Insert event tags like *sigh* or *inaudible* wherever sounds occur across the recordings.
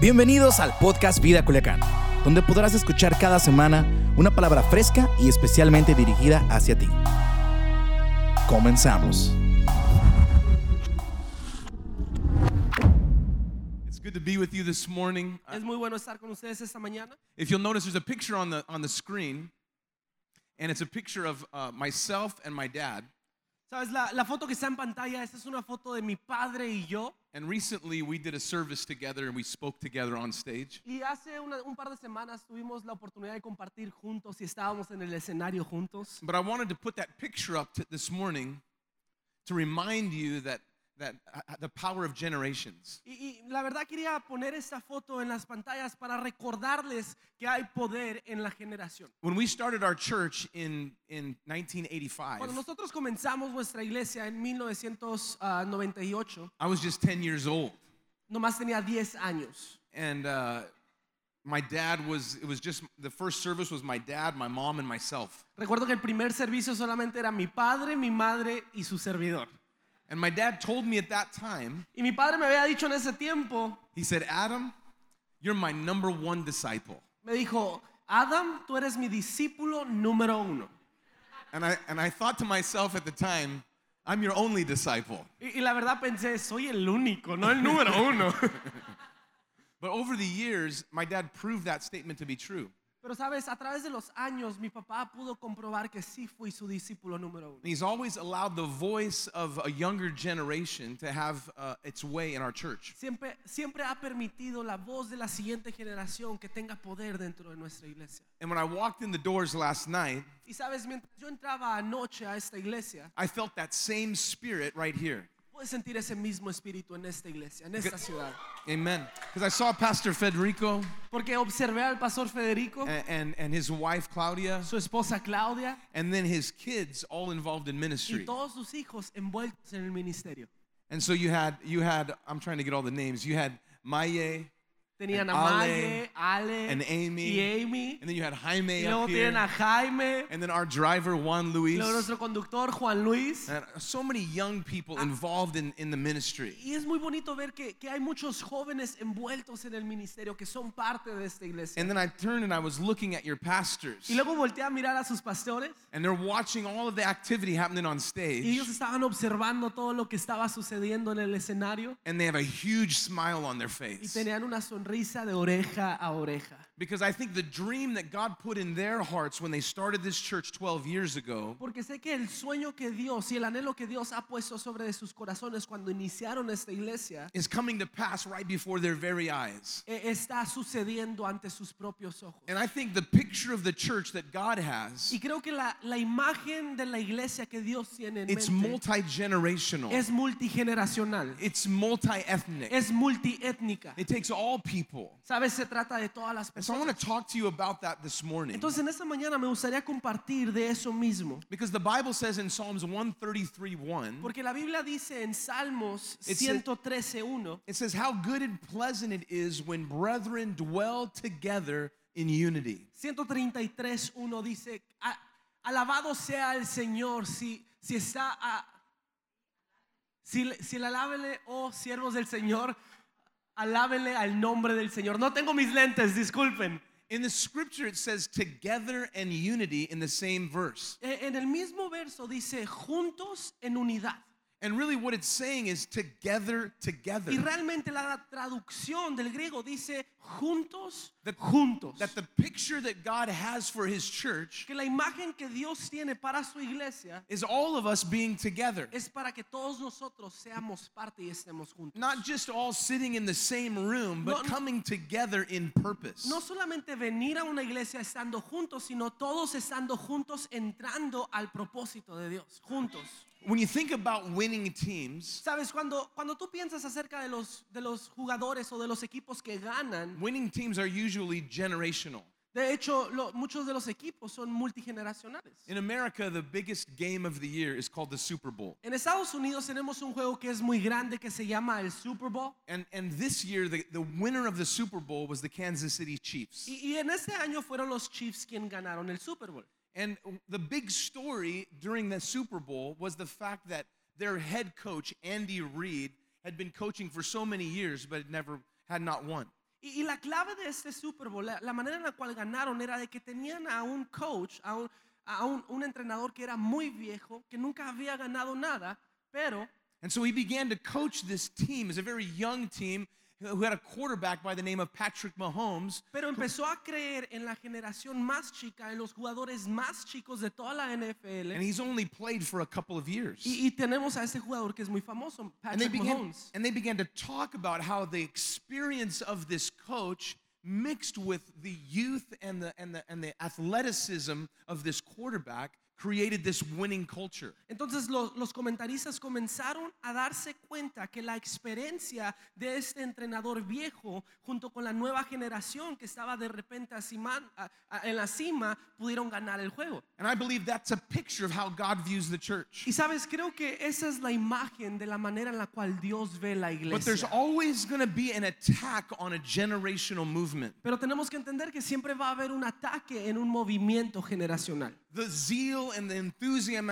Bienvenidos al podcast Vida Culiacán, donde podrás escuchar cada semana una palabra fresca y especialmente dirigida hacia ti. Comenzamos. It's good to be with you this morning. Uh, Es muy bueno estar con ustedes esta mañana. If you'll notice, there's a picture on the on the screen, and it's a picture of uh, myself and my dad. Sabes, la, la foto que está en pantalla, esta es una foto de mi padre y yo. And recently, we did a service together, and we spoke together on stage. Y hace una- un par de semanas tuvimos la oportunidad de compartir juntos y estábamos en el escenario juntos. But I wanted to put that picture up to, this morning to remind you that that uh, the power of generations. Y, y la verdad quería poner esta foto en las pantallas para recordarles que hay poder en la generación. When we started our church in in 1985, Cuando nosotros comenzamos nuestra iglesia en ah, 1998, I was just 10 years old, nomás tenía 10 años. and. Uh, my dad was, it was just, the first service was my dad, my mom, and myself. Recuerdo que el primer servicio solamente era mi padre, mi madre y su servidor. And my dad told me at that time, Y mi padre me había dicho en ese tiempo, he said, Adam, you're my number one disciple. me dijo, Adam, tú eres mi discípulo número uno. And I, and I thought to myself at the time, I'm your only disciple. Y, y la verdad pensé, soy el único, no el número uno. But over the years, my dad proved that statement to be true. Pero sabes, a través de los años mi papá pudo comprobar que sí fui su discípulo número uno. And he's always allowed the voice of a younger generation to have uh, its way in our church. Siempre, siempre ha permitido la voz de la siguiente generación que tenga poder dentro de nuestra iglesia. And when I walked in the doors last night, Y sabes, mientras yo entraba anoche a esta iglesia, I felt that same spirit right here. pude sentir ese mismo espíritu en esta iglesia, en esta ciudad. Amen. Because I saw Pastor Federico Porque observé al pastor Federico, and, and, and his wife Claudia. su esposa Claudia, and then his kids all involved in y ministry. todos sus hijos envueltos en el ministerio. And so you had you had I'm trying to get all the names. You had Maye Tenían And a Ale, Maye, Ale and Amy, y Amy. and then you had Jaime Y up luego here, tienen a Jaime, and then our driver Juan y Luis. luego nuestro conductor Juan Luis. And so many young people involved in, in the ministry. Y es muy bonito ver que, que hay muchos jóvenes envueltos en el ministerio que son parte de esta iglesia. And then I turned and I was looking at your pastors, Y luego volteé a mirar a sus pastores and they're watching all of the activity happening on stage, y ellos estaban observando todo lo que estaba sucediendo en el escenario and they have a huge smile on their y face. tenían una sonrisa de oreja a oreja. Because I think the dream that God put in their hearts when they started this church 12 years ago Porque sé que el sueño que Dios y el anhelo que Dios ha puesto sobre sus corazones cuando iniciaron esta iglesia is coming to pass right before their very eyes. eh, está sucediendo ante sus propios ojos. And I think the picture of the church that God has, Y creo que la, la imagen de la iglesia que Dios tiene en it's mente multi-generational. es multigeneracional, It's multi-ethnic. es multiétnica. It takes all people. Sabes, se trata de todas las And so I want personas. to talk to you about that this morning. Entonces, en esta mañana me gustaría compartir de eso mismo, Because the Bible says in Psalms 133:1, porque la Biblia dice en Salmos It's a- 113:1 it says how good and pleasant it is when brethren dwell together in unity. 133.1 dice, "A- alabado sea el Señor si, si está a- si, le- si le alábenle, oh siervos del Señor, alábenle al nombre del Señor. No tengo mis lentes, disculpen. In the scripture it says together and unity in the same verse. E- En el mismo verso dice, juntos en unidad. And really what it's saying is together together. Y realmente la traducción del griego dice, juntos, That- juntos. that the picture that God has for his church Que la imagen que Dios tiene para su iglesia is all of us being together. es para que todos nosotros seamos parte y estemos juntos. Not just all sitting in the same room, but No, no. coming together in purpose. No solamente venir a una iglesia estando juntos, sino todos estando juntos entrando al propósito de Dios, juntos. When you think about winning teams, Sabes, cuando, cuando tú piensas acerca de los, de los jugadores o de los equipos que ganan, winning teams are usually generational. de hecho lo- muchos de los equipos son multigeneracionales. In America, the biggest game of the year is called the Super Bowl. En Estados Unidos tenemos un juego que es muy grande que se llama el Super Bowl. And, and this year, the, the winner of the Super Bowl was the Kansas City Chiefs. Y, y en este año fueron los Chiefs quien ganaron el Super Bowl. And the big story during the Super Bowl was the fact that their head coach, Andy Reid, had been coaching for so many years but had never had not won. Y- Y, y la clave de este Super Bowl, la, la manera en la cual ganaron era de que tenían a un coach, a, un, a un- un entrenador que era muy viejo, que nunca había ganado nada, pero And so he began to coach this team as a very young team who had a quarterback by the name of Patrick Mahomes. Pero empezó a creer en la generación más chica, en los jugadores más chicos de toda la And NFL. he's only played for a couple of years. Y, y tenemos a este jugador que es muy famoso, and they Patrick began Mahomes. and they began to talk about how the experience of this coach mixed with the youth and the and the and the athleticism of this quarterback created this winning culture. Entonces lo- los comentaristas comenzaron a darse cuenta que la experiencia de este entrenador viejo junto con la nueva generación que estaba de repente acima- a- a- en la cima pudieron ganar el juego. And I believe that's a picture of how God views the church. Y sabes, creo que esa es la imagen de la manera en la cual Dios ve la But there's iglesia. always going to be an attack on a generational movement. Pero tenemos que entender que siempre va a haber un ataque en un movimiento generacional. The zeal and the enthusiasm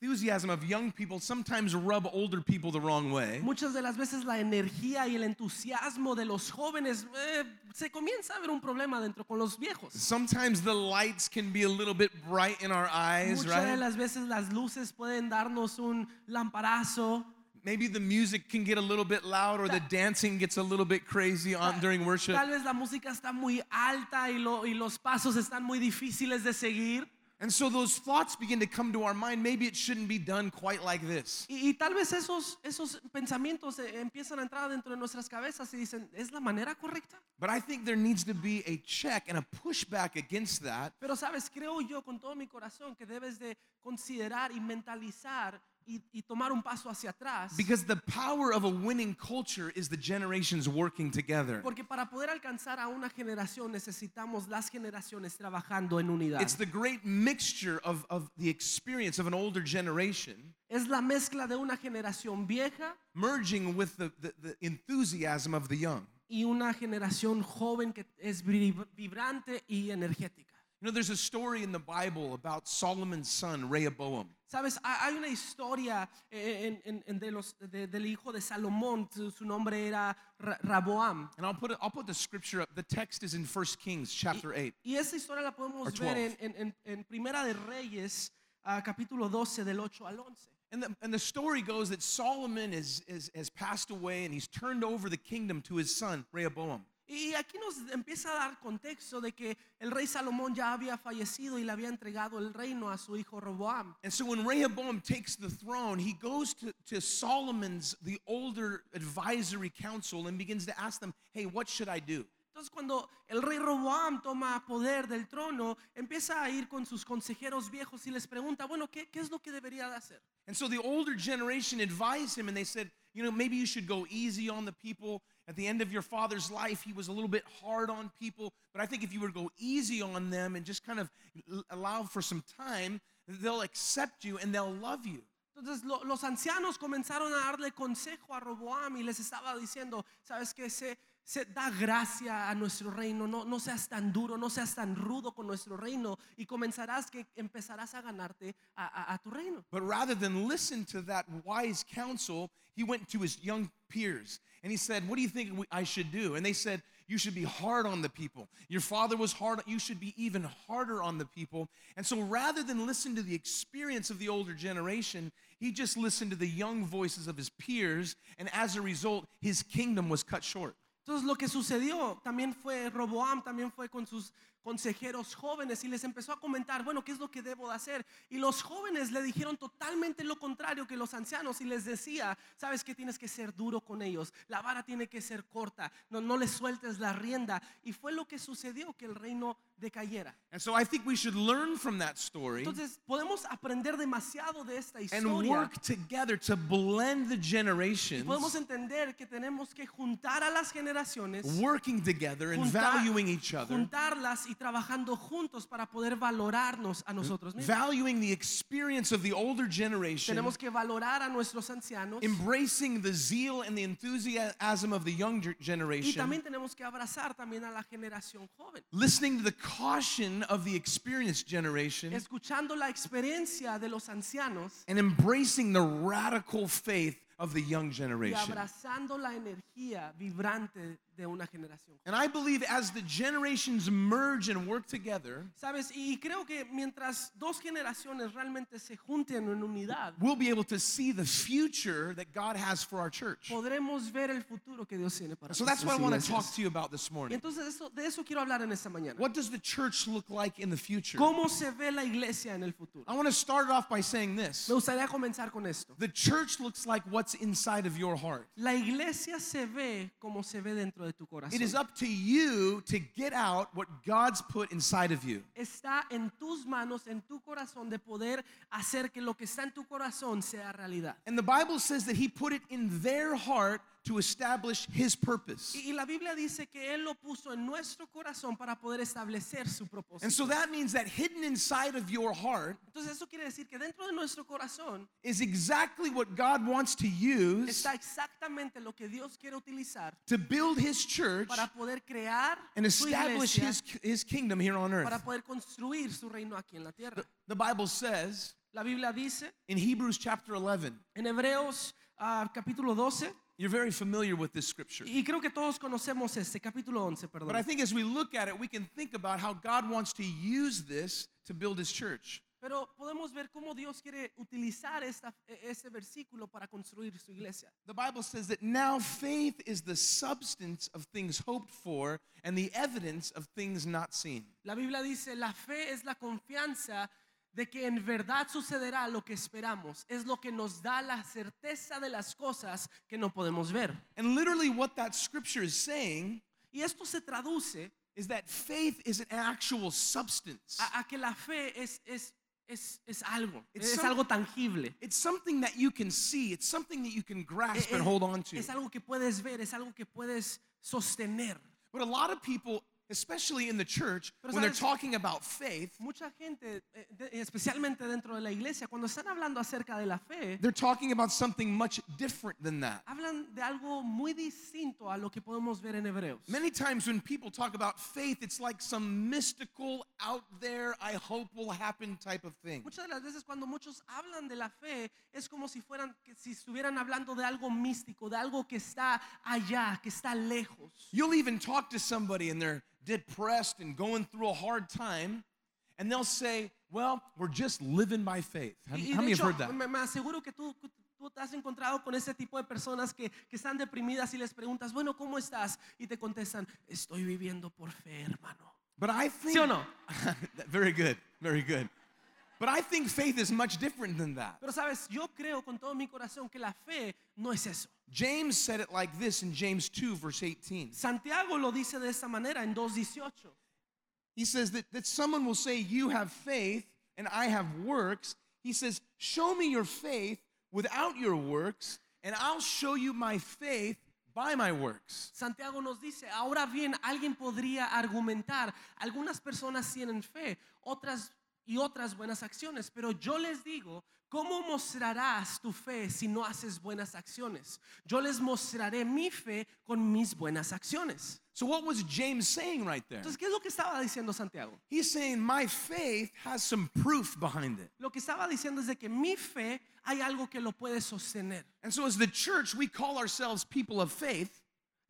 enthusiasm of young people sometimes rub older people the wrong way. Muchas de las veces la energía y el entusiasmo de los jóvenes eh, se comienza a ver un problema dentro con los viejos. Sometimes the lights can be a little bit bright in our eyes, Muchas de right? las veces las luces pueden darnos un lamparazo. Maybe the music can get a little bit loud or the dancing gets a little bit crazy on Um, during worship. Tal vez la música está muy alta y, lo- y los pasos están muy difíciles de seguir. And so those thoughts begin to come to our mind. Maybe it shouldn't be done quite like this. Y, y tal vez esos, esos pensamientos eh, empiezan a entrar dentro de nuestras cabezas y dicen, ¿es la manera correcta? But I think there needs to be a check and a pushback against that Pero sabes, creo yo con todo mi corazón que debes de considerar y mentalizar y, y tomar un paso hacia atrás. because the power of a winning culture is the generations working together. Porque para poder alcanzar a una generación necesitamos las generaciones trabajando en unidad. It's the great mixture of, of the experience of an older generation es la mezcla de una generación vieja merging with the, the, the enthusiasm of the young. y una generación joven que es vib- vibrante y energética. You know, there's a story in the Bible about Solomon's son, Rehoboam. Sabes, Ha- hay una historia eh, en- en- en de los- de- del hijo de Salomón, su su nombre era Ra- Raboam. And I'll put, it, I'll put the scripture up. The text is in 1 Kings chapter 8. Y esa historia la Or podemos 12. ver en, en- en- en Primera de Reyes, ah, capítulo 12, del 8 al 11. And the, and the story goes that Solomon is, is, has passed away and he's turned over the kingdom to his son, Rehoboam. Y aquí nos empieza a dar contexto de que el rey Salomón ya había fallecido y le había entregado el reino a su hijo Roboam. And so when Rehoboam takes the throne, he goes to, to Solomon's, the older advisory council, and begins to ask them, hey, what should I do? Entonces cuando el rey Roboam toma poder del trono, empieza a ir con sus consejeros viejos y les pregunta, bueno, ¿qué, qué es lo que debería de hacer? And so the older generation advised him and they said, you know, maybe you should go easy on the people. At the end of your father's life, he was a little bit hard on people, but I think if you were to go easy on them and just kind of l- allow for some time, they'll accept you and they'll love you. Entonces lo- los ancianos comenzaron a darle consejo a Roboam y les estaba diciendo, sabes que se, se da gracia a nuestro reino, no, no seas tan duro, no seas tan rudo con nuestro reino y comenzarás que empezarás a ganarte a, a- a tu reino. But rather than listen to that wise counsel, he went to his young peers and he said, What do you think we- I should do? And they said, You should be hard on the people. Your father was hard. You should be even harder on the people. And so rather than listen to the experience of the older generation, he just listened to the young voices of his peers. And as a result, his kingdom was cut short. Entonces lo que sucedió también fue Roboam, también fue con sus consejeros jóvenes y les empezó a comentar, bueno, ¿qué es lo que debo de hacer? Y los jóvenes le dijeron totalmente lo contrario que los ancianos y les decía, sabes que tienes que ser duro con ellos, la vara tiene que ser corta, no, no les sueltes la rienda. Y fue lo que sucedió que el reino decayera. And so I think we should learn from that story. Entonces podemos aprender demasiado de esta And historia. work together to blend the Podemos generations entender que tenemos que juntar a las generaciones. working together and Juntar- valuing each other, Juntarlas y trabajando juntos para poder valorarnos a nosotros mismos. valuing the experience of the older generation, Tenemos que valorar a nuestros ancianos embracing the zeal and the enthusiasm of the younger y generation, también tenemos que abrazar también a la generación joven, listening to the caution of the experienced generation, escuchando la experiencia de los ancianos and embracing the radical faith of the young y generation. abrazando la energía vibrante de una generación. And I believe as the generations merge and work together, ¿Sabes? Y creo que mientras dos generaciones realmente se junten en unidad, we'll be able to see the future that God has for our church. podremos ver el futuro que Dios tiene para So nosotros. that's what I want to talk to you about this Y morning. entonces eso- de eso quiero hablar en esta mañana. What does the church look like in the future? ¿Cómo se ve la iglesia en el futuro? I want to start it off by saying this. Me gustaría comenzar con esto. The church looks like what's inside of your heart. La iglesia se ve como se ve dentro de tu It is corazón. up to you to get out what God's put inside of you. Está en tus manos, en tu corazón, de poder hacer que lo que está en tu corazón sea realidad. And the Bible says that he put it in their heart to establish his purpose. Y, y la Biblia dice que Él lo puso en nuestro corazón para poder establecer su And propósito. so that means that hidden inside of your heart Entonces eso quiere decir que dentro de nuestro corazón is exactly what God wants to use está exactamente lo que Dios quiere utilizar to build his church para poder crear and su establish iglesia, his, his kingdom here on para earth. poder construir su reino aquí en la tierra. The Bible says La Biblia dice in Hebrews chapter 11, en Hebreos ah, capítulo 12, you're very familiar with this scripture. y creo que todos conocemos este, capítulo 11, But I perdón. think as we look at it, we can think about how God wants to use this to build his church. Pero podemos ver cómo Dios quiere utilizar esta, e- este versículo para construir su iglesia. The Bible says that now faith is the substance of things hoped for and the evidence of things not seen. La Biblia dice, la fe es la confianza de que en verdad sucederá lo que esperamos. Es lo que nos da la certeza de las cosas que no podemos ver. And literally, what that scripture is saying Y esto se traduce is that faith is an actual substance. a, a que la fe es, es, es, es algo, It's es some- algo tangible. It's something that you can see, it's something that you can grasp and Es- hold on to. es algo que puedes ver, es algo que puedes sostener. But a lot of people, especially in the church, Pero when they're sabes- talking about faith, Mucha gente, eh, de- especialmente dentro de la iglesia, cuando están hablando acerca de la fe, they're talking about something much different than that. hablan de algo muy distinto a lo que podemos ver en Hebreos. Many times when people talk about faith, it's like some mystical, out there, I hope will happen type of thing. Muchas de las veces cuando muchos hablan de la fe es como si fueran que si estuvieran hablando de algo místico, de algo que está allá, que está lejos. You'll even talk to somebody and they're depressed and going through a hard time, and they'll say, Well, we're just living by faith. How, how Y- y de many have hecho, heard that? Me, me aseguro que tú, tú te has encontrado con ese tipo de personas que, que están deprimidas y les preguntas, bueno, ¿cómo estás? Y te contestan, estoy viviendo por fe, hermano. But I think. ¿Sí *laughs* o no? very good, very good. But I think faith is much different than that. Pero sabes, yo creo con todo mi corazón que la fe no es eso. James said it like this in James 2, verse 18. Santiago lo dice de esta manera en 2.18. He says that, that someone will say, You have faith and I have works. He says, Show me your faith without your works, and I'll show you my faith by my works. Santiago nos dice, ahora bien, alguien podría argumentar, algunas personas tienen fe, otras y otras buenas acciones, pero yo les digo, ¿cómo mostrarás tu fe si no haces buenas acciones? Yo les mostraré mi fe con mis buenas acciones. So, what was James saying right there? Entonces, ¿qué es lo que estaba diciendo Santiago? He's saying, My faith has some proof behind it. Lo que estaba diciendo es de que mi fe hay algo que lo puede sostener. And so, as the church, we call ourselves people of faith.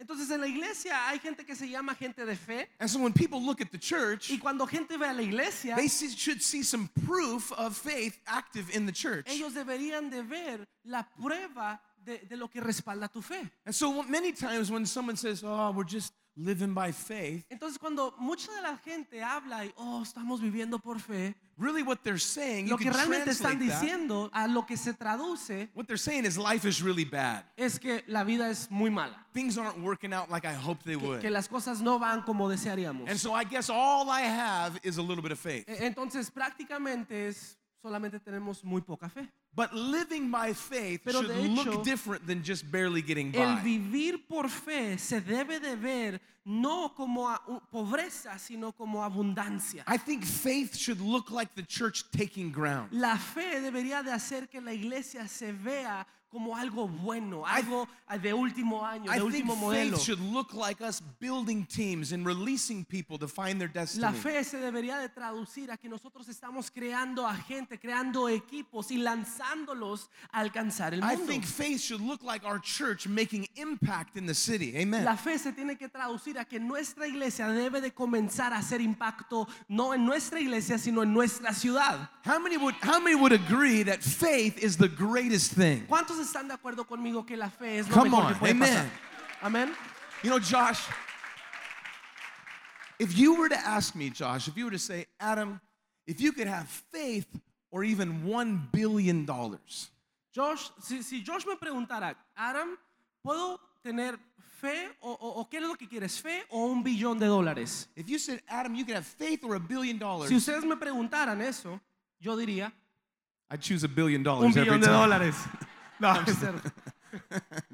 Entonces, en la iglesia hay gente que se llama gente de fe, And so, when people look at the church, y cuando gente ve a la iglesia, they see- should see some proof of faith active in the church. ellos deberían de ver la prueba de, de lo que respalda tu fe. And so, many times when someone says, Oh, we're just living by faith, Entonces cuando mucha de la gente habla y, oh, estamos viviendo por fe, Really, what they're saying, you lo que can realmente translate están that. diciendo, a lo que se traduce, What they're saying is life is really bad. es que la vida es muy mala, Things aren't working out like I hoped they que, would. que las cosas no van como desearíamos. and so I guess all I have is a little bit of faith. E- Entonces prácticamente es, solamente tenemos muy poca fe. But living by faith Pero should de hecho, look different than just barely getting El by. vivir por fe se debe de ver no como a- u- pobreza, sino como abundancia. I think faith should look like the church taking ground. La fe debería de hacer que la iglesia se vea como algo bueno, algo de último año, I de think último modelo. faith should look like us building teams and releasing people to find their destiny. La fe se debería de traducir a que nosotros estamos creando a gente, creando equipos y lanzándolos a alcanzar el I mundo. think faith should look like our church making impact in the city. Amen. La fe se tiene que traducir a que nuestra iglesia debe de comenzar a hacer impacto no en nuestra iglesia, sino en nuestra ciudad. How many would how many would agree that faith is the greatest thing? ¿Cuántos están de acuerdo conmigo que la fe es lo Come mejor on, que puede amen. pasar? Amén. You know, Josh, if you were to ask me, Josh, if you were to say, Adam, if you could have faith or even $1 billion, Josh, si, si Josh me preguntara, Adam, ¿puedo tener fe o, o- o qué es lo que quieres? ¿Fe o un billón de dólares? if you said, Adam, you could have faith or a billion dollars, Si ustedes me preguntaran eso, yo diría I'd choose a billion dollars un every billón de time. *laughs* dólares. No, es cierto,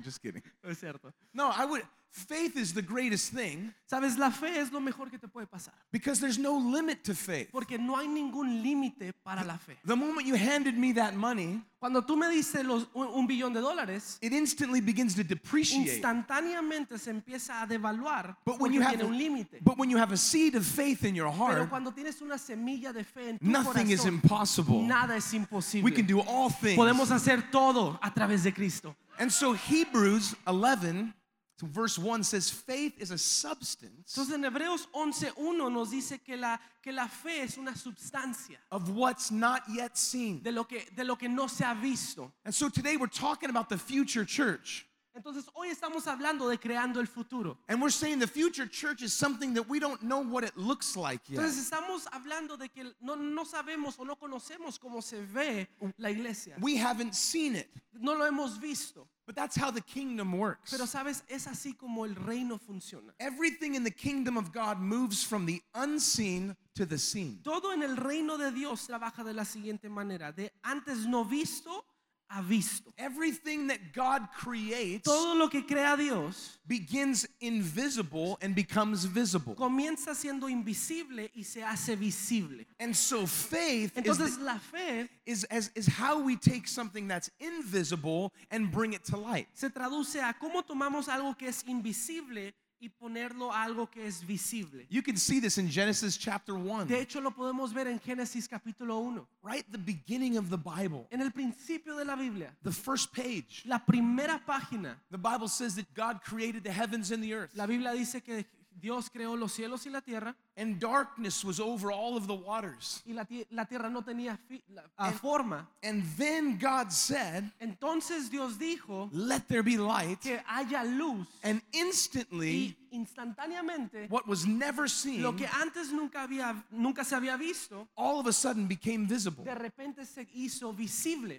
Just kidding. es cierto. No, I would. Faith is the greatest thing Sabes, la fe es lo mejor que te puede pasar. because there's no limit to faith. Porque no hay ningún límite para la fe. The moment you handed me that money, Cuando tú me diste los, un, un billón de dólares, it instantly begins to depreciate. instantáneamente se empieza a devaluar But when porque you have tiene un límite. but when you have a seed of faith in your Pero heart, cuando tienes una semilla de fe en tu nothing is corazón, impossible. nada es imposible. We can do all things. Podemos hacer todo a través de Cristo. And so Hebrews 11 to verse 1 says faith is a substance Entonces en Hebreos 11.1 nos dice que la, que la fe es una sustancia of what's not yet seen. de lo, que, de lo que no se ha visto. And so today we're talking about the future church. Entonces hoy estamos hablando de creando el futuro. And we're saying the future church is something that we don't know what it looks like yet. Entonces estamos hablando de que no, no sabemos o no conocemos cómo se ve la iglesia. Mm. We haven't seen it. No lo hemos visto. But that's how the kingdom works. Pero sabes, es así como el reino funciona. Everything in the kingdom of God moves from the unseen to the seen. Todo en el reino de Dios trabaja de la siguiente manera. De antes no visto a visto. Everything that God creates Todo lo que crea Dios begins invisible and becomes visible. comienza siendo invisible y se hace visible. And so faith is, Entonces la fe is, is, is how we take something that's invisible and bring it to light. se traduce a cómo tomamos algo que es invisible y ponerlo a algo que es visible. You can see this in Genesis chapter 1, De hecho, lo podemos ver en Génesis capítulo 1. right at the beginning of the Bible, En el principio de la Biblia, the first page. la primera página, The Bible says that God created the heavens and the earth, la Biblia dice que Dios creó los cielos y la tierra and darkness was over all of the waters. y la, tie- la tierra no tenía fi- la- ah, forma. And then God said, Entonces Dios dijo Let there be light. que haya luz And instantly, y instantáneamente what was never seen lo que antes nunca, había, nunca se había visto, all of a sudden became visible. de repente se hizo visible.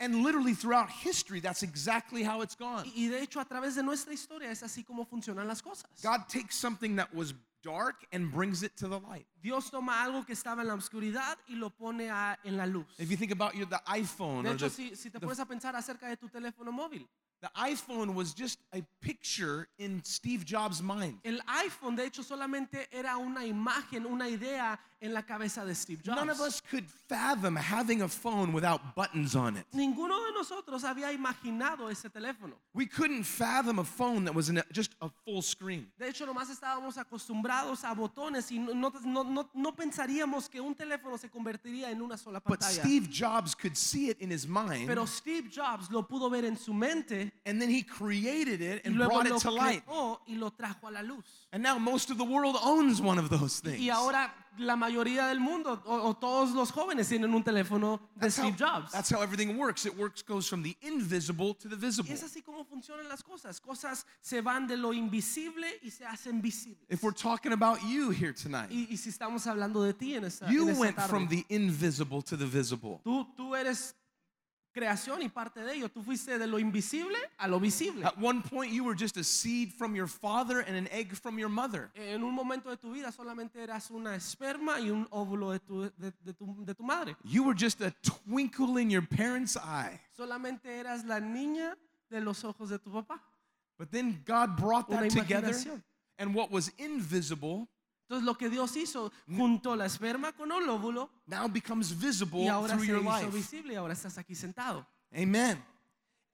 And literally throughout history, that's exactly how it's gone. Y, y de hecho a través de nuestra historia es así como funcionan las cosas. God takes something that was dark and brings it to the light. Dios toma algo que estaba en la oscuridad y lo pone a- en la luz. If you think about your, the iPhone, De or hecho, the, si, si te pones a pensar acerca de tu teléfono móvil, the iPhone was just a picture in Steve Jobs' mind. el iPhone de hecho solamente era una imagen, una idea en la cabeza de Steve Jobs. None of us could fathom having a phone without buttons on it. Ninguno de nosotros había imaginado ese teléfono. We couldn't fathom a phone that was in a, just a full screen. De hecho, nomás estábamos acostumbrados a botones y no, no- no- no pensaríamos que un teléfono se convertiría en una sola But pantalla. Steve Jobs could see it in his mind, Pero Steve Jobs lo pudo ver en su mente and then he created it y and luego brought lo it to light. creó y lo trajo a la luz. And now most of the world owns one of those things. Y ahora la mayoría del mundo o, o todos los jóvenes tienen un teléfono de That's how- Steve Jobs. That's how everything works. It works goes from the invisible to the Y visible. es así como funcionan las cosas. Cosas se van de lo invisible y se hacen visibles. If we're talking about you here tonight, Y, y si estamos hablando de ti en esta, en you esta went tarde, from the invisible to the visible. tú, tú eres creación y parte de ello. Tú fuiste de lo invisible a lo visible. At one point, you were just a seed from your father and an egg from your mother. En un momento de tu vida solamente eras una esperma y un óvulo de tu, de- de tu- de tu madre. You were just a twinkle in your parents' eye. Solamente eras la niña de los ojos de tu papá. But then God brought Una that together, imaginación. and what was invisible Entonces lo que Dios hizo, juntó la esperma con un óvulo now becomes y visible ahora through se your hizo life. visible y ahora estás aquí sentado. Amen.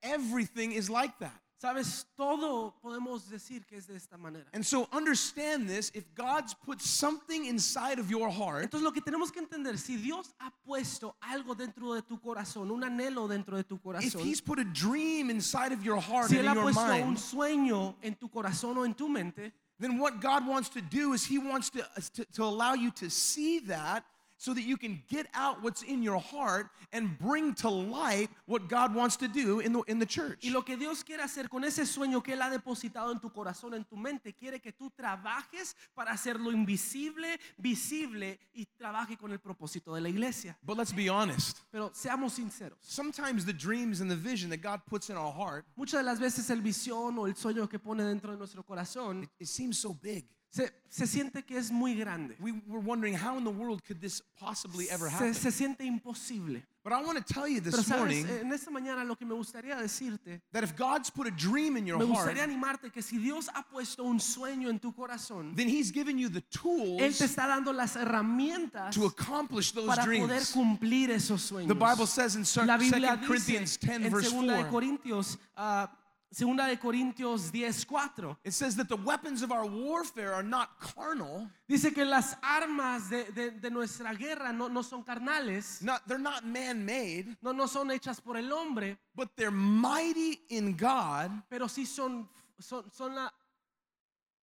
Everything is like that. Sabes, todo podemos decir que es de esta manera. And so understand this if God's put something inside of your heart, Entonces lo que tenemos que entender, si Dios ha puesto algo dentro de tu corazón, un anhelo dentro de tu if corazón, He's put a dream inside of your heart si and Él in ha your puesto un mind, sueño en tu corazón o en tu mente, then what God wants to do is He wants to, uh, to, to allow you to see that so that you can get out what's in your heart and bring to light what God wants to do in the, in the church. y lo que Dios quiere hacer con ese sueño que Él ha depositado en tu corazón, en tu mente, quiere que tú trabajes para hacerlo invisible, visible y trabaje con el propósito de la iglesia. But let's be honest. Pero seamos sinceros. Sometimes the dreams and the vision that God puts in our heart, Muchas de las veces el visión o el sueño que pone dentro de nuestro corazón it seems so big. se, se siente que es muy grande. We were wondering how in the world could this possibly ever happen? Se, se siente imposible. But I want to tell you Pero this sabes, morning eh, en esta mañana lo que me gustaría decirte, that if God's put a dream in your me heart, gustaría animarte que si Dios ha puesto un sueño en tu corazón, then He's given you the Él tools te está dando las herramientas to accomplish those para poder dreams. cumplir esos The sueños. Bible says in 2 La Biblia dice Corinthians 10, en verse 2 de 4, Corintios, ah, segunda de Corintios 10, 4, it says that the weapons of our warfare are not carnal, dice que las armas de, de- de nuestra guerra no, no son carnales, not, they're not man made, no, no son hechas por el hombre, but they're mighty in God pero sí son, son, son la...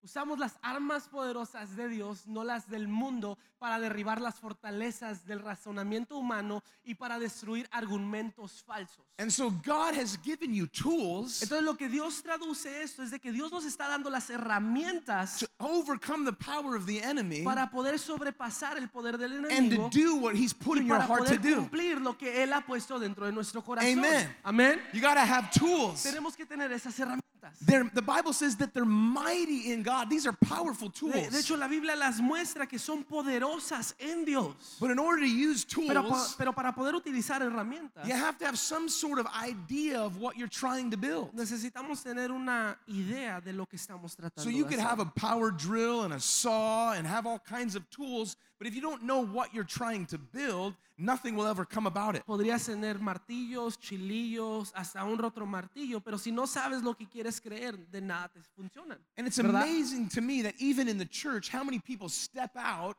Usamos las armas poderosas de Dios, no las del mundo, para derribar las fortalezas del razonamiento humano y para destruir argumentos falsos. And so God has given you tools Entonces lo que Dios traduce esto es de que Dios nos está dando las herramientas to overcome the power of the enemy para poder sobrepasar el poder del and to enemigo do what he's put in y your para heart to poder do. cumplir lo que Él ha puesto dentro de nuestro corazón. Amen. Amén. You got to have tools. Tenemos que tener esas herramientas. They're, the Bible says that they're mighty in God. These are powerful De, de tools. hecho, la Biblia las muestra que son poderosas en Dios. But in order to use Pero, pa- tools, pero para poder utilizar herramientas, you have to have some sort of idea of what you're trying to build. necesitamos tener una idea de lo que estamos tratando. So you de could hacer. have a power drill and a saw and have all kinds of tools, but if you don't know what you're trying to build, nothing will ever come about it. Podrías tener martillos, chilillos, hasta un otro martillo, pero si no sabes lo que quieres creer, de nada te funcionan. And it's ¿verdad? amazing to me that even in the church, how many people step out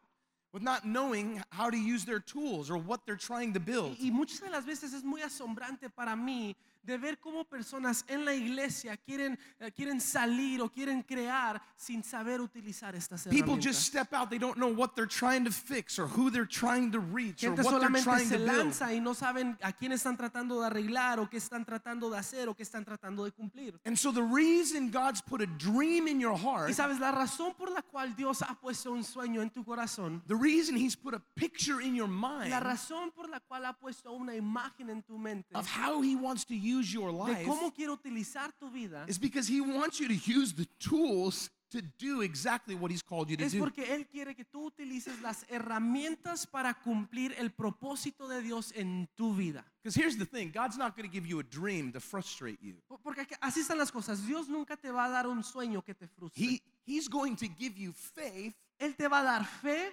with not knowing how to use their tools or what they're trying to build. Y muchas de las veces es muy asombrante para mí de ver cómo personas en la iglesia quieren, eh, quieren salir o quieren crear sin saber utilizar estas People herramientas. just step out, they don't know what they're trying to fix or who they're trying to reach or Gente what they're solamente trying se to build. lanza y no saben a quién están tratando de arreglar o qué están tratando de hacer o qué están tratando de cumplir. And so the reason God's put a dream in your Y heart, sabes, la razón por la cual Dios ha puesto un sueño en tu corazón, the reason He's put a picture in your mind la razón por la cual ha puesto una imagen en tu mente of how He wants to use your de life cómo quiere utilizar tu vida is because He wants you to use the tools to do exactly what He's called you to es do. porque Él quiere que tú utilices las herramientas para cumplir el propósito de Dios en tu vida. Because here's the thing God's not going to give you a dream to frustrate you. Po- Porque aquí- así están las cosas. Dios nunca te va a dar un sueño que te frustre. He, he's going to give you faith, Él te va a dar fe,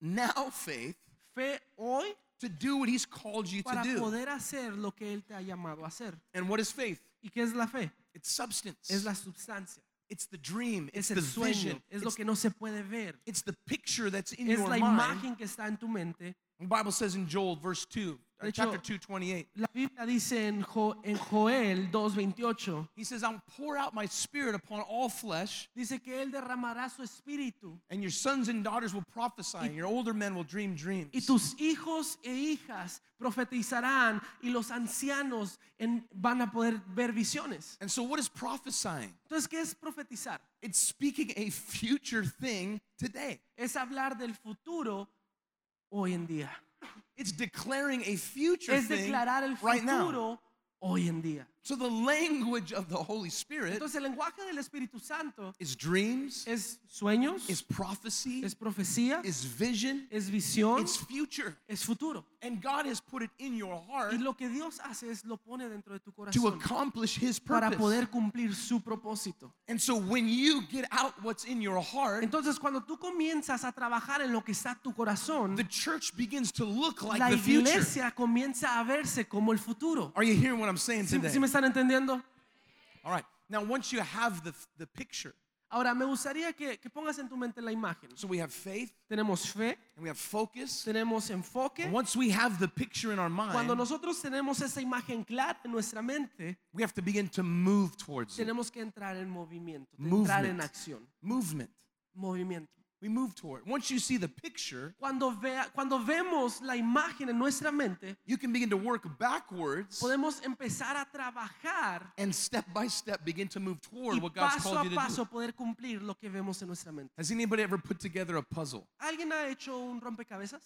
now faith, fe hoy to do what he's called you to para do. poder hacer lo que Él te ha llamado a hacer. And what is faith? ¿Y qué es la fe? It's substance. Es la sustancia, it's the dream. It's es the el sueño, vision. es lo it's, que no se puede ver, it's the picture that's in es your la mind. imagen que está en tu mente. The Bible says in Joel, verse 2, De uh, chapter hecho- 2, 28, La Biblia dice en, Jo- en Joel 2.28, he says, I'll pour out my spirit upon all flesh, dice que Él derramará su espíritu and your sons and daughters will prophesy, and your older men will dream dreams. Y tus hijos e hijas profetizarán y los ancianos en- van a poder ver visiones. and so, what is prophesying? Entonces, ¿qué es profetizar? It's speaking a future thing today. Es hablar del futuro hoy en día. It's declaring a future Es thing declarar el right now. futuro hoy en día. So the language of the Holy Spirit Entonces, el lenguaje del Espíritu Santo is dreams, es sueños, is prophecy, es profecía, is vision, es visión, it's future. es futuro. And God has put it in your heart Y lo que Dios hace es lo pone dentro de tu to corazón accomplish His para purpose. poder cumplir su propósito. And so when you get out what's in your heart, Entonces, cuando tú comienzas a trabajar en lo que está en tu corazón, the church begins to look like la the future. iglesia comienza a verse como el futuro. Are you hearing what I'm saying Si, today? si me están entendiendo? All right. Now, once you have the, the picture, Ahora, me gustaría que, que pongas en tu mente la imagen. so we have faith Tenemos fe, and we have focus. tenemos enfoque. Once we have the picture in our Cuando mind, nosotros tenemos esa imagen clara en nuestra mente, we have to begin to move towards it. tenemos que entrar en movimiento, entrar en Movement. acción, Movement. movimiento. We move toward. Once you see the picture, Cuando, vea, cuando vemos la imagen en nuestra mente, you can begin to work backwards podemos empezar a trabajar and step by step begin to move toward y what God's paso a called you to do. paso poder cumplir lo que vemos en nuestra mente. Has anybody ever put together a puzzle? ¿Alguien ha hecho un rompecabezas?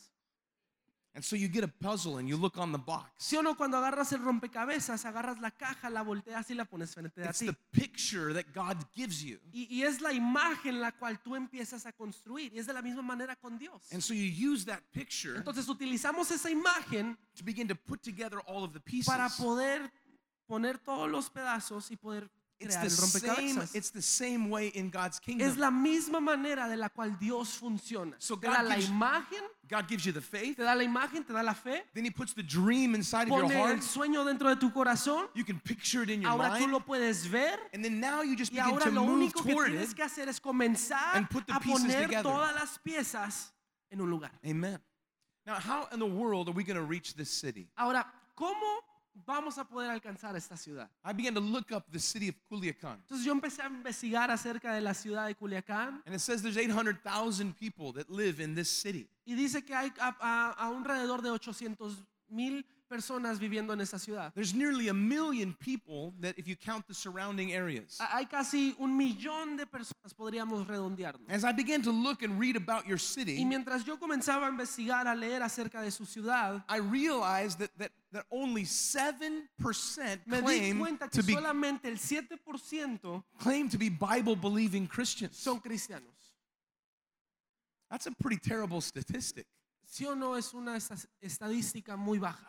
And so you get a puzzle and you look on the box. ¿Sí o no? Cuando agarras el rompecabezas, agarras la caja, la volteas y la pones frente a It's ti. the picture that God gives you. Y, y es la imagen la cual tú empiezas a construir. Y es de la misma manera con Dios. And so you use that picture Entonces utilizamos esa imagen to begin to put together all of the pieces. para poder poner todos los pedazos y poder It's crear the el same, rompecabezas. it's the same way in God's Es kingdom. la misma manera de la cual Dios funciona. So Te God da la gives- imagen, God gives you the faith, te da la imagen, te da la fe. then He puts the dream inside of your Pone heart. el sueño dentro de tu corazón. You can picture it in your Ahora tú mind. lo puedes ver. And then now you just Y begin ahora to lo move único que toward it. tienes que hacer es comenzar and put the a pieces poner together. todas las piezas en un lugar. Amen. Now, how in the world are we going to reach this city? Ahora, ¿cómo vamos a poder alcanzar esta ciudad? I began to look up the city of Culiacan. Entonces yo empecé a investigar acerca de la ciudad de Culiacán And it says there's 800,000 people that live in this city. y dice que hay a, a- a alrededor de 800 mil personas viviendo en esta ciudad. There's nearly a million people that if you count the surrounding areas. A- Hay casi un millón de personas, podríamos redondearlo. As I began to look and read about your Y city, mientras yo comenzaba a investigar, a leer acerca de su ciudad, I realized that, that, that only 7% me di claim cuenta que to be, solamente el 7% claim to be Bible believing Christians. son cristianos. That's a pretty terrible statistic. Sí o no es una esta- estadística muy baja.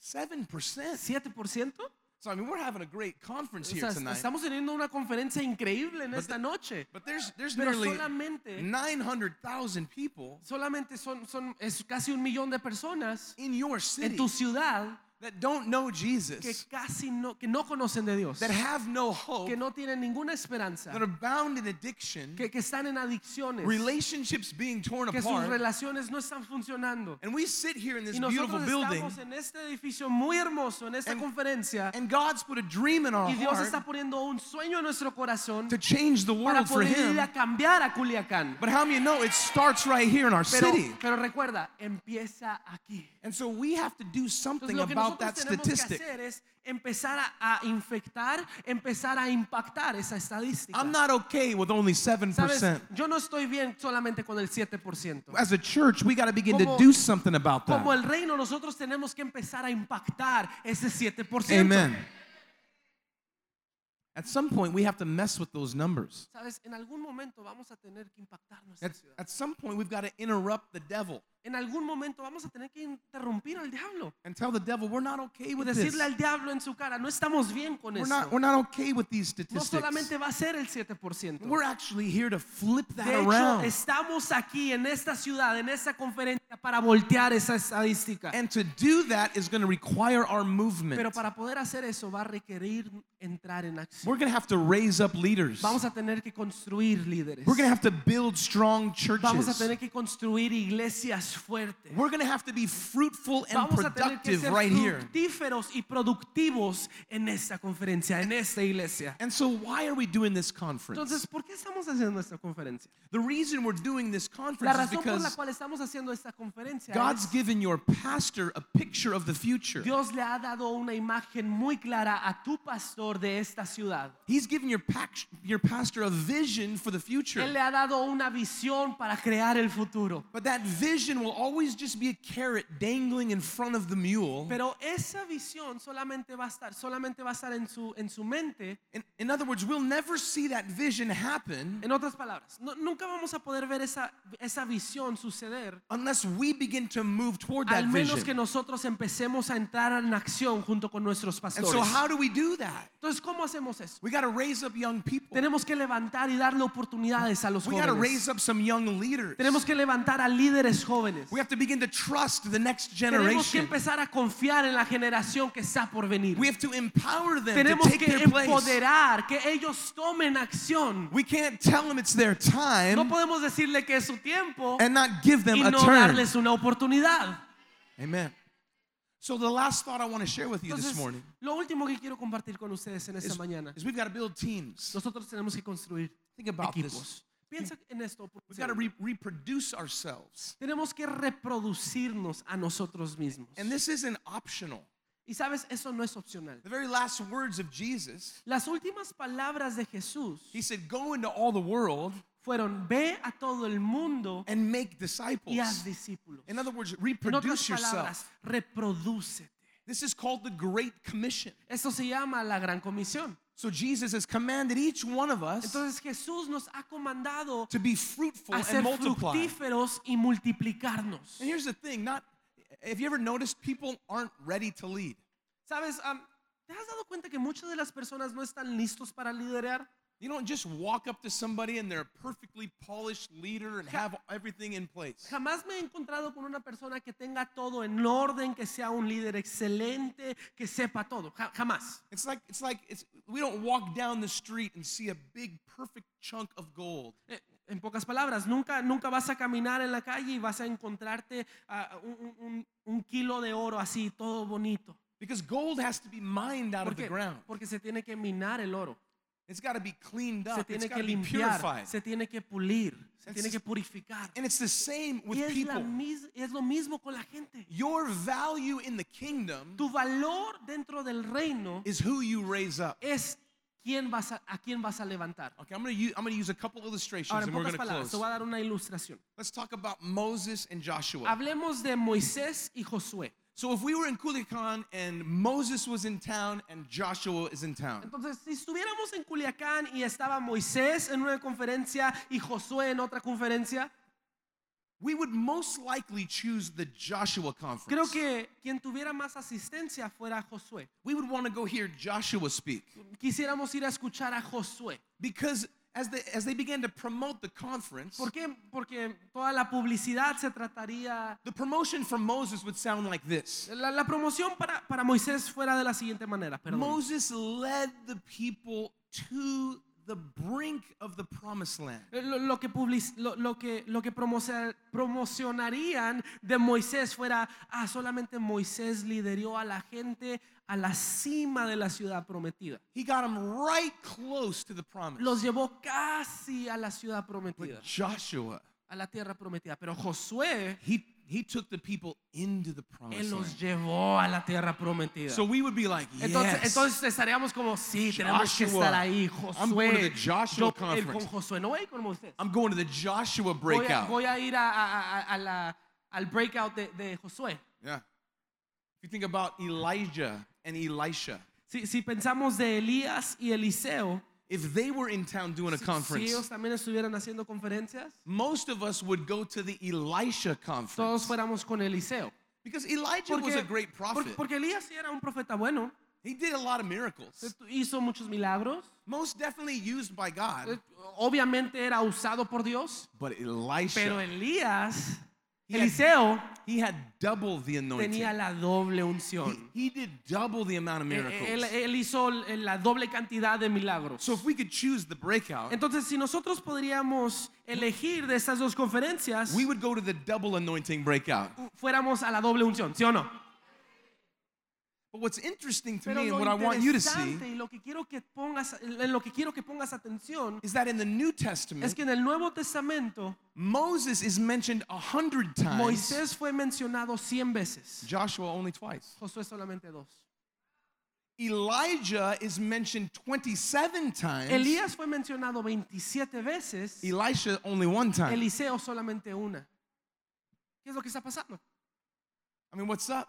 7%. ¿7%? So, I mean, we're having a great conference O here sea, tonight. estamos teniendo una conferencia increíble en esta noche. But there's, there's Pero nearly solamente- 900,000 people Solamente son, son es casi un millón de personas in your en city tu ciudad that don't know que Jesus, casi no, que no conocen de Dios, that have no hope, que no tienen ninguna esperanza, that are bound in addiction, que, que están en adicciones, relationships being torn que sus apart. relaciones no están funcionando. And we sit here in this Y beautiful nosotros building, estamos en este edificio muy hermoso, en esta And- conferencia, and God's put a dream in our y Dios está heart poniendo un sueño en nuestro corazón to change the para world for poder ir Him. a cambiar a Culiacán. But how many know it starts right here in our Pero, city? pero recuerda, empieza aquí. And so we have to do something Entonces, lo que about nosotros that tenemos statistic. que hacer es empezar a, a infectar, empezar a impactar esa estadística. I'm not okay with only 7%. ¿Sabes? Yo no estoy bien solamente con el 7%. As a church, we got to begin Como- to do something about that. Como el reino, nosotros tenemos que empezar a impactar ese 7%. Amen. At some point, we have to mess with those numbers. ¿Sabes? En algún momento vamos a tener que impactar nuestra At, ciudad. at some point, we've got to interrupt the devil En algún momento vamos a tener que interrumpir al diablo. and tell the devil, we're not okay Y with this. decirle al diablo en su cara, no estamos bien con We're eso. not, we're not okay with these No statistics. solamente va a ser el 7%. We're actually here to flip that De hecho, around estamos aquí en esta ciudad, en esta conferencia, para voltear esa estadística. and to do that is going to require our movement. Pero para poder hacer eso va a requerir entrar en acción. We're going to have to raise up leaders. Vamos a tener que construir líderes. We're going to have to build strong Vamos a churches. tener que construir iglesias fuertes. We're going to have to be fruitful and Vamos a tener que productive ser right here. fructíferos y productivos en esta conferencia, en esta iglesia. And so, why are we doing this conference? Entonces, ¿por qué estamos haciendo esta conferencia? The reason we're doing this La conference is razón por la because cual estamos haciendo esta conferencia God's es given your pastor a picture of the future. Dios le ha dado una imagen muy clara a tu pastor de esta ciudad. He's given your, pac- your pastor a vision for the Él le future. ha dado una visión para crear el futuro. But that vision will always just be a carrot dangling in front of the mule. Pero esa visión solamente va a estar, solamente va a estar en su, en su mente. In, in other words, we'll never see that vision happen En otras palabras, no- nunca vamos a poder ver esa, esa visión suceder unless we begin to move toward that al menos que vision. nosotros empecemos a entrar en acción junto con nuestros And pastores. so, how do we do that? Entonces, ¿cómo hacemos eso? We got to raise up young people. Tenemos que levantar y darle oportunidades a los We got to jóvenes. raise up some young leaders. Tenemos que levantar a líderes jóvenes. We have to begin to trust the next Tenemos que generation. empezar a confiar en la generación que está por venir. We have to empower them to Tenemos take que their place. empoderar, que ellos tomen acción. We can't tell them it's their No time podemos decirle que es su tiempo and not give them y a no turn. darles una oportunidad. Amen. So the last thought I want to share with you this Entonces, morning lo último que quiero compartir con ustedes en esta is, mañana, is we've got to build teams. nosotros tenemos que construir Think about this. equipos. Piensa en esto. por We've got to favor. re- reproduce ourselves. Tenemos que reproducirnos a nosotros mismos. And this isn't optional. Y sabes, eso no es opcional. The very last words of Jesus, Las últimas palabras de Jesús he said, Go into all the world fueron, ve a todo el mundo and make y disciples. haz discípulos. In other words, En otras reproduce yourself. palabras, reprodúcete. This is called the Great Commission. Eso se llama la gran comisión. So Jesus has commanded each one of us Entonces Jesús nos ha comandado to be fruitful a and ser multiply. And fructíferos y multiplicarnos. here's the thing, not have you ever noticed people aren't ready to lead? ¿Sabes? am, ¿Te has dado cuenta que muchas de las personas no están listos para liderar? You don't just walk up to somebody and they're a perfectly polished leader and have everything in place. Jamás me he encontrado con una persona que tenga todo en orden, que sea un líder excelente, que sepa todo. Ja- jamás. It's like it's like it's we don't walk down the street and see a big perfect chunk of gold. Eh, En pocas palabras, nunca, nunca vas a caminar en la calle y vas a encontrarte ah, un- un- un- un kilo de oro así, todo bonito. Because gold has to be mined out of the Porque, ground. porque se tiene que minar el oro, It's got to be cleaned se up. It's tiene got que to be limpiar, purified. se tiene que pulir, se And tiene s- que purificar. And it's the same Y with es, la people. mis- es lo mismo con la gente. Your value in the kingdom Tu valor dentro del reino is who you raise up. es quién vas a, a quién vas a levantar. Okay, I'm going to use I'm going to use a couple illustrations Ahora, en and we're pocas going to close. palabras, te voy a dar una ilustración. Let's talk about Moses and Joshua. Hablemos de Moisés y Josué. So if we were in Culiacan and Moses was in town and Joshua is in town. Entonces, si estuviéramos en Culiacán y estaba Moisés en una conferencia y Josué en otra conferencia, We would most likely choose the Joshua creo conference. que quien tuviera más asistencia fuera Josué. we would want to go hear Joshua speak quisiéramos ir a escuchar a Josué. because as they as they began to promote the conference, ¿Por qué? Porque toda la publicidad se trataría... the promotion from Moses would sound like this. La, la promoción para, para Moisés fuera de la siguiente manera, perdón. Moses led the people to the brink of the promised land. Eh, Lo, lo que, public- lo, lo que, lo que promoce- promocionarían de Moisés fuera, ah, solamente Moisés lideró a la gente a la cima de la ciudad prometida. He got them right close to the promise. Los llevó casi a la ciudad prometida, But Joshua, a la tierra prometida. Pero Josué, he he took the people into the promised él los land. llevó a la tierra prometida. So we would be like, Entonces, yes. entonces estaríamos como, sí, tenemos que Joshua. estar ahí, I'm going to the Josué. Joshua Yo, él conference. con Josué, no voy a ir con Moisés. I'm going to the Joshua Voy a, breakout. voy a ir a, a- a- a la- al breakout de, de Josué. Yeah. If you think about Elijah and Elisha, Si, si pensamos de Elías y Eliseo, if they were in town doing a si conference, ellos también estuvieran haciendo conferencias, most of us would go to the Elisha todos conference fuéramos con Eliseo. because Elijah was Porque, a great prophet. porque- porque Elías sí era un profeta bueno, He did a lot of miracles. hizo muchos milagros, Most definitely used by God. obviamente era usado por Dios, But pero Elisha, Elías, He had- Eliseo, he had double the anointing. tenía la doble He, unción. he did double the amount of Eh, Él, miracles. él hizo la doble cantidad de milagros. So if we could choose the breakout, Entonces, si nosotros podríamos elegir de estas dos conferencias, we would go to the double anointing breakout. fuéramos a la doble unción, ¿sí o no? But what's interesting to Pero me and lo what I want you to see interesante y lo que quiero que pongas, en lo que quiero que pongas atención is that in the New es Testament, que en el Nuevo Testamento Moses is mentioned a hundred times, Moisés fue mencionado 100 veces, Joshua only twice. Josué solamente dos. Elijah is mentioned 27 times, Elías fue mencionado 27 veces, Elisha only one time. Eliseo solamente una. ¿Qué es lo que está pasando? I mean, what's up?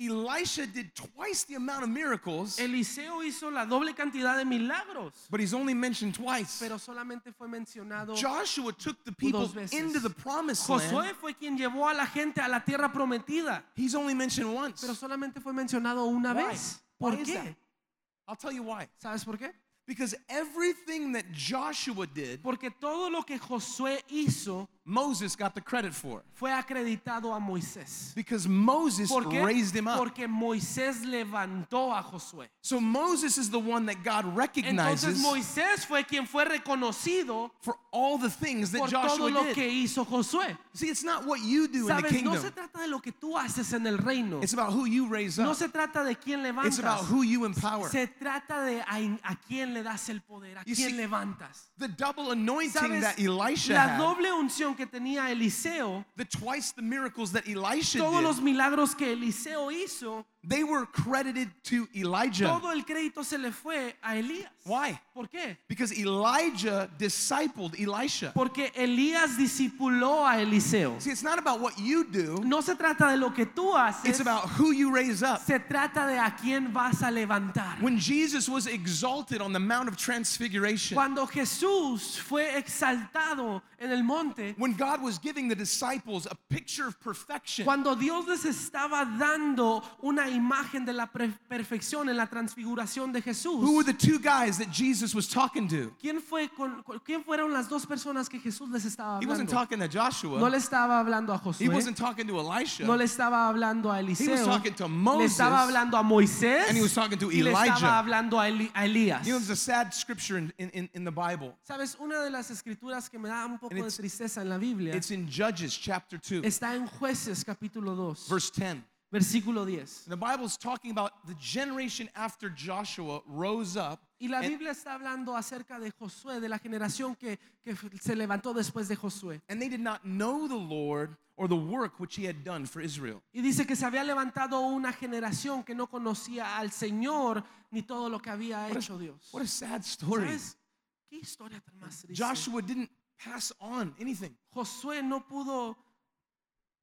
Elisha did twice the amount of miracles, Eliseo hizo la doble cantidad de milagros. but he's only mentioned twice. pero solamente fue mencionado. Joshua took the people dos veces. into the promised land. Josué fue quien llevó a la gente a la tierra prometida, He's only mentioned once. pero solamente fue mencionado una Why? vez. Why ¿Por is that? qué? I'll tell you why. ¿Sabes por qué? Because everything that Joshua did, Porque todo lo que Josué hizo Moses got the credit for. fue acreditado a Moisés. Because Moses ¿Por qué? raised him up. Porque Moisés levantó a Josué. So Moses is the one that God Entonces recognizes Moisés fue quien fue reconocido for all the things that por todo Joshua lo did. que hizo Josué. See, it's not what you do in the Sabes, no kingdom. se trata de lo que tú haces en el reino. It's about who you raise No up. se trata de quién It's about levantas. who you empower. Se trata de a, a quién le das el poder, a You quién see, levantas. The double anointing ¿Sabes? that Elisha la had, doble unción que tenía Eliseo, the twice the miracles that Elisha todos los did, milagros que Eliseo hizo, they were credited to Elijah. todo el crédito se le fue a Elías. Why? ¿Por qué? Because Elijah discipled Elisha. Porque Elías discipuló a Eliseo. See, it's not about what you do, No se trata de lo que tú it's haces, about who you raise up. se trata de a quién vas a levantar. When Jesus was exalted on the Mount of Transfiguration, Cuando Jesús fue exaltado en el monte, when God was giving the disciples a picture of perfection, cuando Dios les estaba dando una imagen de la pre- perfección en la transfiguración de who were Jesús, the two guys that Jesus was talking to? ¿quién, fue con- con- quién fueron las dos personas que Jesús les estaba He wasn't hablando? talking to No Joshua, le estaba hablando a he Josué, wasn't talking to Elisha. no le estaba hablando a Eliseo, talking to le Moses, estaba hablando a Moisés and he was talking to y le Elijah. estaba hablando a, Eli- a Elías. You know, there's a sad scripture in, in- in, in the Bible. Sabes, una de las escrituras que me da un poco de it's- tristeza en la Biblia It's in Judges chapter 2, está en Jueces capítulo 2, verse 10. versículo 10. And the Bible's talking about the generation after Joshua rose up. Y la and- Biblia está hablando acerca de Josué, de la generación que, que se levantó después de Josué. and they did not know the Lord or the work which he had done for Israel. Y dice que se había levantado una generación que no conocía al Señor ni todo lo que había a- hecho Dios. What a sad story. ¿Sabes? ¿Qué historia tan más triste? Joshua didn't pass on anything. Josué no pudo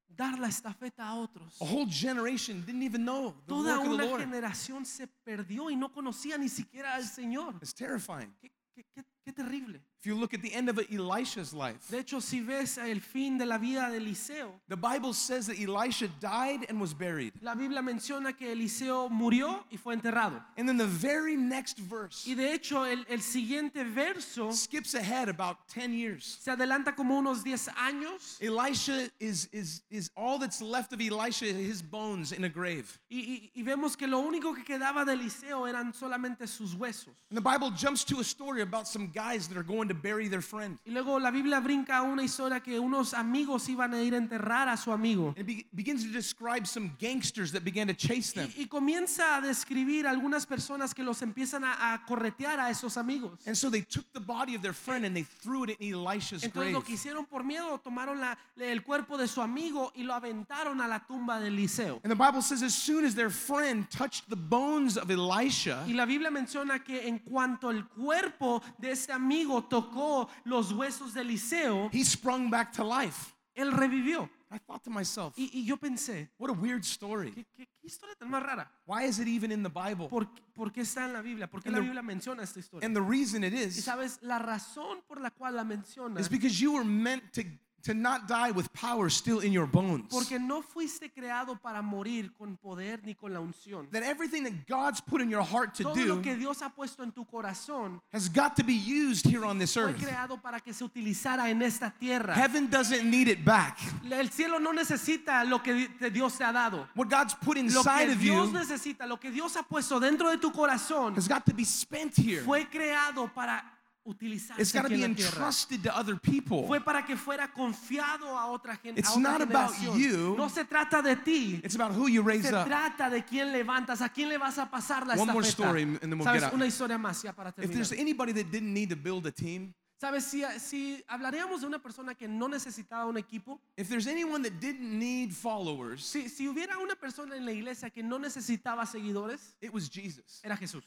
dar la estafeta a otros. A whole generation didn't even know the Toda work of the una Lord. generación se perdió y no conocía ni siquiera al Señor. It's terrifying. Qué, qué- qué- qué terrible. If you look at the end of Elisha's life, De hecho, si ves el fin de la vida de Eliseo, the Bible says that Elisha died and was buried. la Biblia menciona que Eliseo murió y fue enterrado. And then the very next verse Y de hecho, el, el siguiente verso skips ahead about 10 years. se adelanta como unos 10 años Elisha is, is, is all that's left of Elisha is his bones in a grave. y, y- y vemos que lo único que quedaba de Eliseo eran solamente sus huesos. And the Bible jumps to a story about some guys that are going to bury their friend. Y luego la Biblia brinca a una historia que unos amigos iban a ir a enterrar a su amigo. And it be- begins to describe some gangsters that began to chase them. Y, y comienza a describir algunas personas que los empiezan a, a corretear a esos amigos. And so they took the body of their friend and they threw it in Elisha's Entonces grave. lo que hicieron por miedo, tomaron la- el cuerpo de su amigo y lo aventaron a la tumba de Eliseo. And the Bible says as soon as their friend touched the bones of Y Elisha, la Biblia menciona que en cuanto el cuerpo de este amigo tocó los huesos de Eliseo, he sprung back to life. él revivió. I thought to myself, Y, y yo pensé, what a weird story. ¿qué, qué- qué historia tan más rara? Why is it even in the Bible? ¿Por, qué- por qué está en la Biblia? ¿Por qué And la the- Biblia menciona esta historia? And the reason it Y is sabes, la razón por la cual la menciona is because you were meant to, to not die with power still in your bones. Porque no fuiste creado para morir con poder ni con la unción. That everything that God's put in your heart to Todo lo do que Dios ha puesto en tu corazón has got to be used here on this fue earth. creado para que se utilizara en esta tierra. Heaven doesn't need it back. El cielo no necesita lo que di- te- Dios te ha dado. What God's put Lo inside que of Dios you necesita, lo que Dios ha puesto dentro de tu corazón has got to be spent here. fue creado para utilizarse It's got to aquí be en la tierra. entrusted to other people. Fue para que fuera confiado a otra, gen- a It's otra not about generación. you. No se trata de ti. It's about who you raise Se up. trata de quién levantas, a quién le vas a pasar la One more estafeta. story and then we'll ¿Sabes? get out. Una historia más ya para If terminar. there's anybody that didn't need to build a team, ¿Sabes? Si, si hablaríamos de una persona que no necesitaba un equipo, if there's anyone that didn't need followers, si, si hubiera una persona en la iglesia que no necesitaba seguidores, it was Jesus. era Jesús.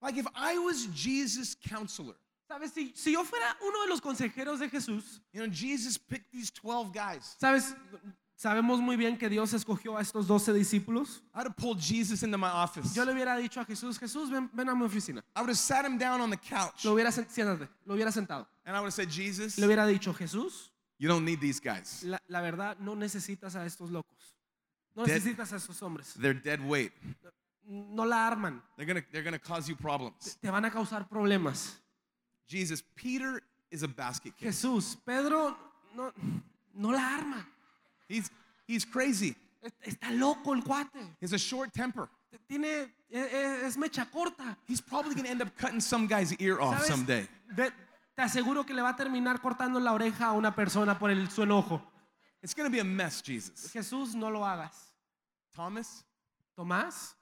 Like if I was Jesus' counselor, ¿Sabes? Si, si yo fuera uno de los consejeros de Jesús, you know, Jesus picked these 12 guys. ¿sabes? Sabemos muy bien que Dios escogió a estos 12 discípulos. I'd have pulled Jesus into my office. Yo le hubiera dicho a Jesús, Jesús, ven, ven a mi oficina. I would have sat him down on the couch Lo hubiera, sen- siéntate, lo hubiera sentado. and I would have said, Jesus, Le hubiera dicho, Jesús, you don't need these guys. la, la verdad, no necesitas a estos locos. No Dead. necesitas a estos hombres. They're dead weight. no la arman. They're gonna, they're gonna cause you problems. Te van a causar problemas. Jesus, Peter is a basket case. Jesús, Pedro no, no la arma. He's, he's crazy. Est- Está loco el cuate. He's a short temper. Tiene, e- e- es mecha corta. He's probably gonna end up cutting some guy's ear off ¿Sabes? someday. De- te aseguro que le va a terminar cortando la oreja a una persona por el, su enojo. It's gonna be a mess, Jesus. Jesús, no lo hagas. Thomas, Tomás,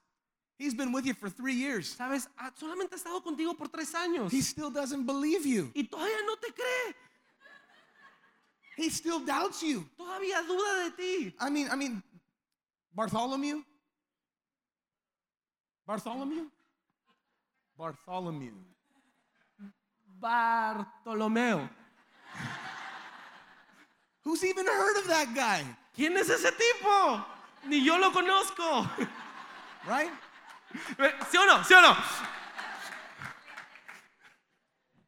he's been with you for three years. sabes, Ah, solamente ha estado contigo por tres años He still doesn't believe you. y todavía no te cree, He still doubts you. todavía duda de ti. I mean, I mean, Bartholomew? Bartholomew? Bartholomew. Bartolomeo, Who's even heard of that guy? ¿quién es ese tipo? Ni yo lo conozco. *laughs* Eh, Right? ¿Sí o no? ¿Sí o no?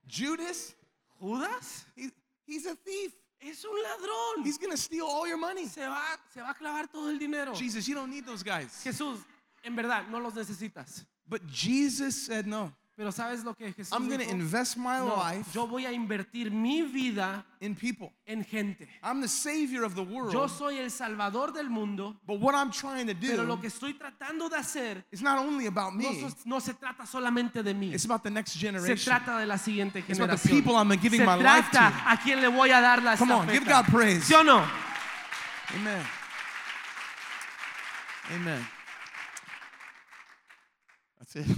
Judas? ¿Judas? He, he's a thief. Es un ladrón. He's gonna steal all your money. Se va, se va a clavar todo el dinero. Jesus, you don't need those guys. Jesús, en verdad, no los necesitas. But Jesus said, No, Pero ¿sabes lo que Jesús I'm gonna dijo? invest my No, life yo voy a invertir mi vida in people. en gente. I'm the savior of the Yo world. soy el salvador del mundo, But what I'm trying to pero lo do que estoy tratando de hacer is not only about no, me, so- no se trata solamente de mí. it's about the next Se generation. trata de la siguiente about the generación. people I'm giving Se my life trata a quien le voy a dar la Come on, give estafeta. God praise. ¿Sí o no? Amen. Amen. That's it. *laughs*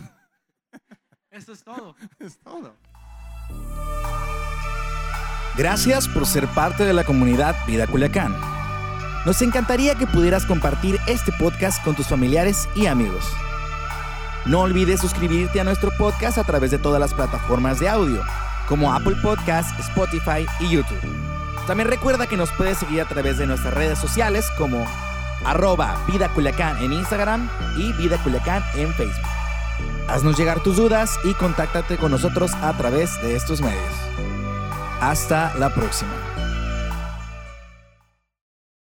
Eso es todo. That's todo. Gracias por ser parte de la comunidad Vida Culiacán. Nos encantaría que pudieras compartir este podcast con tus familiares y amigos. No olvides suscribirte a nuestro podcast a través de todas las plataformas de audio, como Apple Podcast, Spotify y YouTube. También recuerda que nos puedes seguir a través de nuestras redes sociales como arroba Vida Culiacán en Instagram y Vida Culiacán en Facebook. Haznos llegar tus dudas y contáctate con nosotros a través de estos medios. Hasta la próxima.